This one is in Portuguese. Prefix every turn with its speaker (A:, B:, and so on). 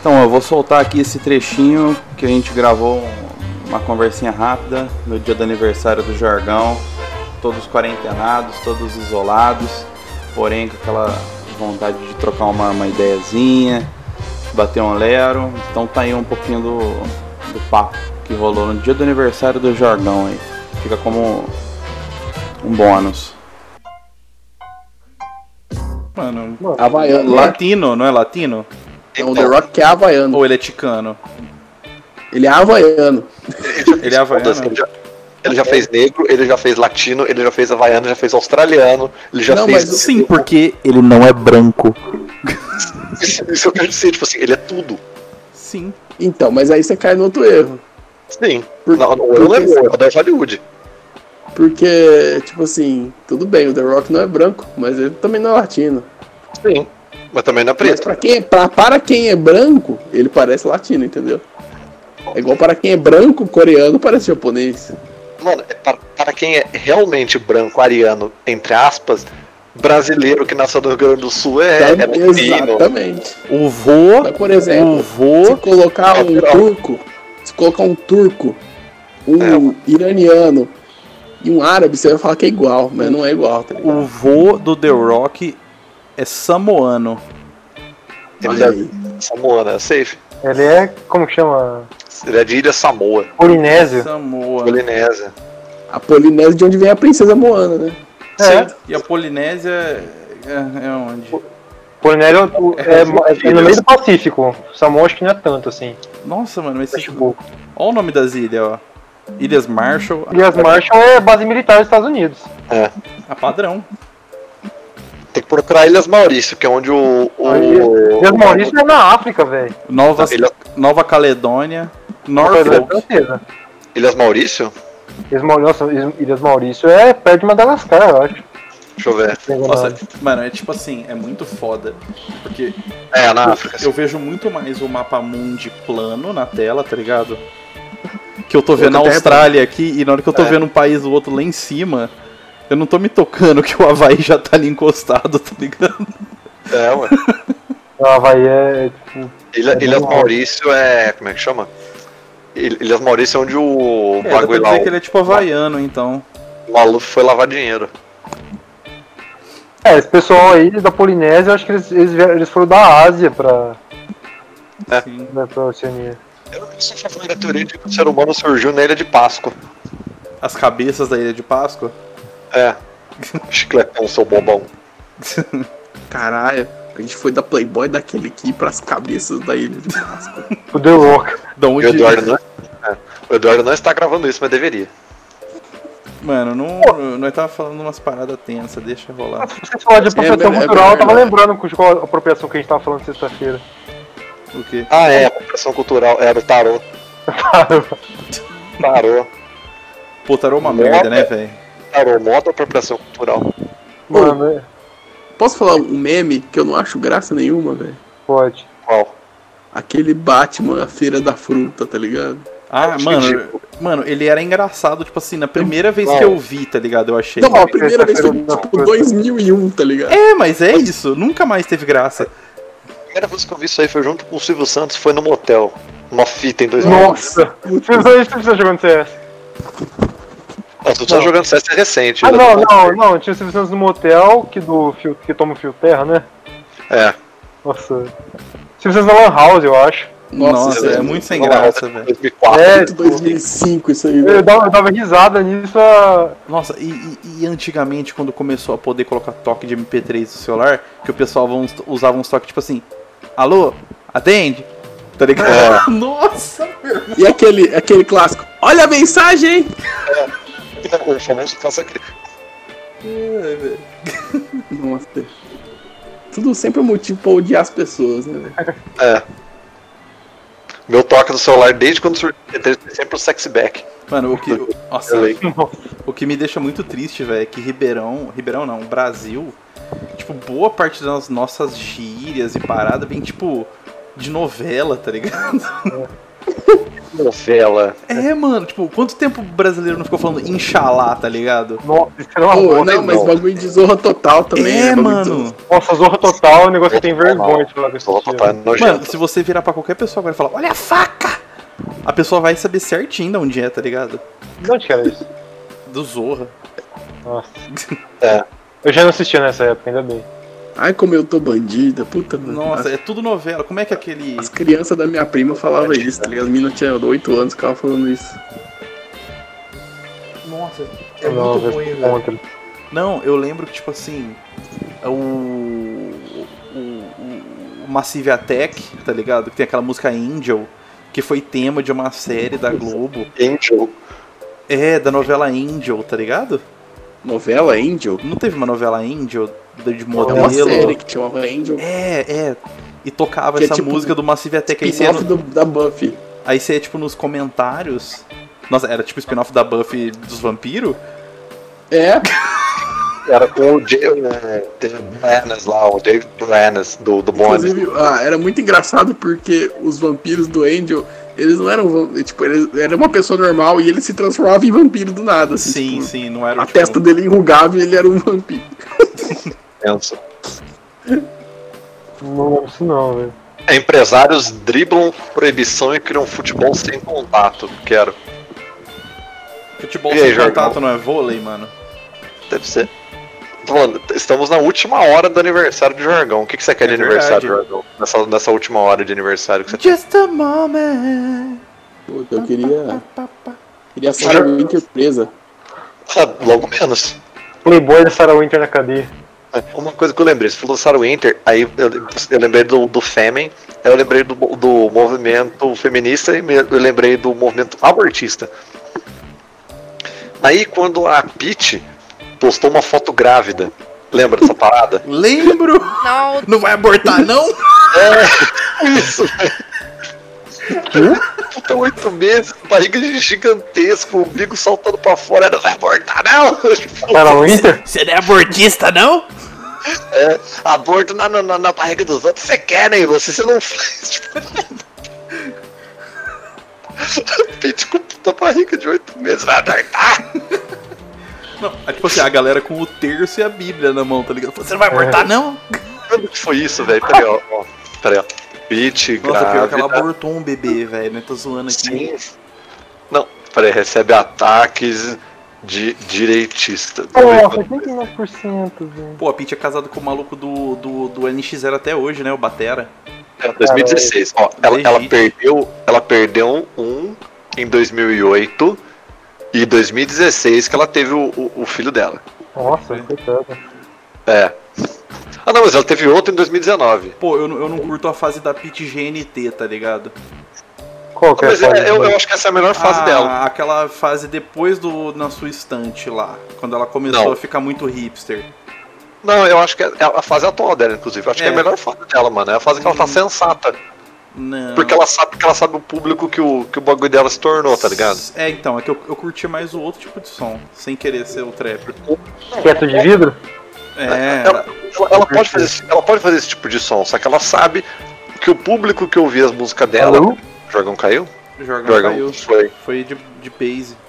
A: Então, eu vou soltar aqui esse trechinho que a gente gravou um, uma conversinha rápida no dia do aniversário do Jargão. Todos quarentenados, todos isolados, porém com aquela vontade de trocar uma, uma ideiazinha, bater um lero. Então tá aí um pouquinho do, do papo que rolou no dia do aniversário do Jargão aí. Fica como um bônus. Mano,
B: Havaiano. né?
A: latino, não é latino?
B: É
C: Então,
B: um The Rock que é havaiano.
A: Ou ele é ticano?
B: Ele é havaiano.
A: Ele é havaiano?
C: Ele já, ele já fez negro, ele já fez latino, ele já fez havaiano, já fez australiano, ele já
B: Não,
C: fez.
B: mas
A: Sim, porque ele não é branco.
C: Isso, isso eu quero dizer, tipo assim, ele é tudo.
A: Sim.
B: Então, mas aí você cai no outro erro.
C: Sim.
B: Por-
C: não, não, eu não é
B: porque-
C: bom, é da Hollywood.
B: Porque, tipo assim, tudo bem, o The Rock não é branco, mas ele também não é latino.
C: Sim. Mas também não é
B: Mas
C: preto.
B: pra quem, pra, para quem é branco, ele parece latino, entendeu? É igual para quem é branco, coreano parece japonês.
C: Mano, é para, para quem é realmente branco, ariano, entre aspas, brasileiro que nasceu no Rio Grande do Sul é, é
B: Então,
C: latino.
B: exatamente.
A: O vô.
B: Mas, por
A: O
B: exemplo, se
A: vô.
B: colocar um
C: Natural.
B: turco, se colocar um turco,
C: É,
B: um iraniano e um árabe, você vai falar que é igual, mas não é igual, tá ligado?
A: O vô do The Rock é samoano.
C: Ele
B: Olha aí.
C: é samoana, é safe.
D: Ele é, como que chama?
C: Ele é de Ilha Samoa,
D: Polinésio.
A: Samoa.
C: Polinésia.
B: A Polinésia de onde vem a princesa Moana, né?
D: É.
C: Sim.
A: E a Polinésia é, é onde?
D: Polinésio é, o- é, é- é no meio do Pacífico. Samoa acho que não é tanto, assim.
A: Nossa, mano, mas
D: Mas,
A: esse...
D: tipo,
A: Olha o nome das ilhas, ó. Ilhas Marshall,
D: Ilhas Marshall é base militar dos Estados Unidos.
A: a É padrão.
C: Tem que procurar Ilhas Maurício, que é onde o. o
D: Ilhas Maurício é na África, velho.
B: Tá
A: Nova,
C: Ilha-
A: Nova Caledônia,
D: É
A: Norfolk.
D: francesa.
C: Ilhas Maurício?
D: Ilhas Maurício, nossa, Ilhas- Ilhas Maurício é perto de Madagascar, eu acho.
C: Deixa eu ver.
D: Se não me engano.
A: Nossa, mano, é tipo assim, é muito foda. Porque
C: É, na África.
A: eu vejo muito mais o mapa mundi plano na tela, tá ligado? Que eu tô vendo a
B: Outra terra
A: Austrália aqui, e na hora que eu tô
C: É.
A: vendo um país do outro lá em cima, eu não tô me tocando que o Havaí já tá ali encostado, tá ligado?
C: É, ué.
D: O Havaí é. tipo,
C: Ilha,
D: É
C: Ilhas
D: bom.
C: Maurício é. Como é que chama? Il- Ilhas Maurício é onde o
A: É, dá pra
C: bagulho lá,
A: dizer que ele é tipo havaiano, então.
C: o Maluf foi lavar dinheiro.
D: É, esse pessoal aí da Polinésia, eu acho que eles, eles, vieram- eles foram da Ásia pra,
C: É.
A: Sim.
D: né, pra Oceania.
C: Eu não é sou a favor da teoria de que o ser humano surgiu na Ilha de Páscoa.
A: As cabeças da Ilha de Páscoa.
C: É. Chicletão, é um seu bobão.
B: Caralho, a gente foi da Playboy daquele aqui pras cabeças da ilha de Páscoa.
D: O Tipo, The Rock.
A: Da
C: E
A: onde.
C: o Eduardo não, é. o Eduardo não está gravando isso, mas deveria.
A: Mano, não, nós tava falando umas paradas tensas, deixa rolar.
D: Você falou de apropriação
B: é
D: cultural, eu tava
B: verdade.
D: lembrando com qual a apropriação que a gente tava falando sexta-feira.
A: O quê?
C: Ah, é, a apropriação cultural É, era o tarô. Tarô.
A: Pô, tarô é uma
C: Moda.
A: merda, né, velho?
C: Tarô, modo apropriação cultural.
D: Mano, é-
B: Posso falar um meme que eu não acho graça nenhuma, velho?
D: pode.
C: Qual?
B: Aquele Batman, a feira da fruta, tá ligado?
A: Ah,
C: Acho tipo-
A: mano,
C: ridículo.
A: mano, ele era engraçado, tipo assim, na primeira vez que eu vi, tá ligado? Eu achei.
B: Não, a primeira
D: Feira
B: vez
D: da
B: foi
D: Fruta.
B: tipo 2001, tá ligado?
A: É, mas é isso, nunca mais teve graça.
C: A primeira vez que eu vi isso aí foi junto com o Silvio Santos, foi no motel. Uma fita em 2000.
D: Nossa! Vocês não estão jogando CS.
C: Nossa, eu tô
D: Não.
C: jogando CS recente.
D: Ah,
C: né?
D: não, não, não. Tinha o Silvio Santos no motel que, do fio, que toma o fio terra, né?
C: É.
D: Nossa. Silvio Santos na Lan House, eu acho.
A: Nossa,
B: isso
A: é
B: é
A: muito sem graça, velho.
C: 2004.
D: é,
B: muito 2005 isso aí,
D: eu
B: velho.
D: dava, eu dava risada nisso. ah,
A: Nossa, e, e- e antigamente, quando começou a poder colocar toque de MP3 no celular, que o pessoal vão- usava uns toques tipo assim: Alô, atende? Tá ligado? Nossa, meu.
B: E aquele, aquele clássico, olha a mensagem! hein?"
C: O famoso calça cri-
A: É, velho.
B: Nossa. Tudo sempre é motivo pra odiar as pessoas, né, velho?
C: É. Meu toque do celular desde quando surgiu desde sempre o sexy back.
A: Mano, o que. o- Nossa,
C: Eu lembro.
A: O que me deixa muito triste, velho, é que Ribeirão, Ribeirão não, Brasil, tipo, boa parte das nossas gírias e parada vem, tipo, de novela, tá ligado?
C: Novela.
A: É, mano, tipo, quanto tempo o brasileiro não ficou falando Inxalá, tá ligado?
D: Nossa, isso é uma
B: Pô,
D: bosta,
B: não,
D: hein,
B: mas
D: mano.
B: bagulho de zorra total também.
A: é,
B: né? Bagulho de
A: mano.
D: Nossa, Zorra Total é um negócio que tem vergonha de falar com esse
C: Zorra
D: tio.
C: Total é nojento.
A: Mano, se você virar pra qualquer pessoa agora e falar, olha a faca! A pessoa vai saber certinho de onde é, tá ligado?
D: De onde que era isso?
A: Do Zorra.
D: Nossa.
C: É.
D: Eu já não assistia nessa época, ainda bem.
B: zorra. Ai, como eu tô bandida, puta, mano.
A: Nossa, é tudo novela. Como é que é aquele.
B: As crianças da minha prima falavam isso, tá ligado? A menina tinha 8 anos, ficava falando isso.
A: Nossa, é
D: Eu não,
A: muito
D: eu
A: ruim,
D: vejo
A: velho.
D: contra.
A: Não, eu lembro que, tipo assim, é o. O, o, o Massive Attack, tá ligado? Que tem aquela música Angel, que foi tema de uma série da Globo.
C: Angel.
A: É, da novela Angel, tá ligado?
B: Novela Angel?
A: Não teve uma novela Angel de de
B: É
A: modelo?
B: uma série que chamava Angel.
A: É, é. E tocava
B: Que é
A: essa
B: tipo
A: música do Massive Attack. Aí você, ia
B: Spin-off
A: no-
B: do- da Buffy.
A: aí você ia, tipo, nos comentários. Nossa, era tipo o spin-off da Buffy dos vampiros?
B: É,
C: Era com o Jay- é, David Blanes lá, o David Blanes do, do Bones.
B: Inclusive, ah, era muito engraçado porque os vampiros do Angel, eles não eram. vam- Tipo, eles, era uma pessoa normal e ele se transformava em vampiro do nada. assim,
A: Sim,
B: tipo,
A: sim, não era
B: A
A: tipo,
B: testa dele enrugava e ele era um vampiro.
C: Pensa.
D: Não lembro isso não, velho.
C: Empresários driblam proibição e criam futebol sem contato. Quero.
A: Futebol
C: E
A: sem
C: aí, Jorgão?
A: contato não é vôlei, mano.
C: Deve ser. Tô falando, estamos na última hora do aniversário do Jorgão. O que, que você quer
A: É
C: de aniversário,
A: verdade.
C: Jorgão? Nessa, nessa última hora de aniversário que você
A: Just a moment.
B: Puta, eu queria.
A: Pa, pa, pa.
B: Queria Sarah Winter presa.
C: Ah, logo menos.
D: Playboy da Sarah Winter na cadeia.
C: Uma coisa que eu lembrei, você falou Sarah Winter, aí eu, eu lembrei do, do Femen, aí eu lembrei do, do movimento feminista e me- eu lembrei do movimento abortista. Aí quando a Pete postou uma foto grávida, lembra dessa parada?
A: Lembro!
E: Não,
A: Não vai abortar, não?
C: Isso, velho. Puta, oito meses, barriga gigantesca, o umbigo saltando pra fora, não vai abortar, não!
D: Sarah Winter?
A: Você não é abortista, não?
C: É, aborto na, na, na barriga dos outros você quer, né? E Você, você não faz. tipo, Pete com puta tipo, barriga de oito meses vai abortar.
A: Não, é tipo assim, a galera com o terço e a bíblia na mão, tá ligado? Você não vai abortar, não?
C: Quando que foi isso, velho? Peraí, ó. ó. Peraí, ó. Pete,
A: Nossa, pior que ela
C: grávida.
A: abortou um bebê, velho. Não tô zoando aqui. né?
C: Sim. Não, peraí, recebe ataques de direitista.
D: Nossa, 39%, velho.
A: Pô, a Pete é casada com o maluco do, do, do NX0 até hoje, né? O Batera.
C: É, 2016. Ó, ela, ela
A: Legítimo.
C: perdeu, ela perdeu um em 2008 e 2016 que ela teve o- o- o filho dela.
D: Nossa, coitada.
C: É. Ah, não, mas ela teve outro em 2019.
A: Pô, eu, não- eu não curto a fase da Pete GNT, tá ligado?
D: Qual que é a
C: Mas é-
D: fase?
C: eu, eu acho que essa é a melhor fase
A: Ah,
C: dela.
A: Aquela fase depois do na sua estante lá, quando ela começou
C: Não.
A: a ficar muito hipster.
C: Não, eu acho que é é a fase atual dela, inclusive. Eu acho que é
A: É. Uhum.
C: a melhor fase dela, mano. É a fase que ela tá sensata.
A: Não.
C: Porque ela sabe que ela sabe o público que o, que o bagulho dela se tornou, tá ligado?
A: É, então, é que eu, eu curti mais o outro tipo de som, sem querer ser o trap.
D: Teto de vidro?
A: É,
C: Ela, ela- ela pode fazer, esse- ela pode fazer esse tipo de som, só que ela sabe que o é público que ouvia as músicas dela.
D: Alô?
C: Jorgão caiu?
A: Jorgão
C: Jorgão
A: caiu.
C: foi.
A: Foi de, de base.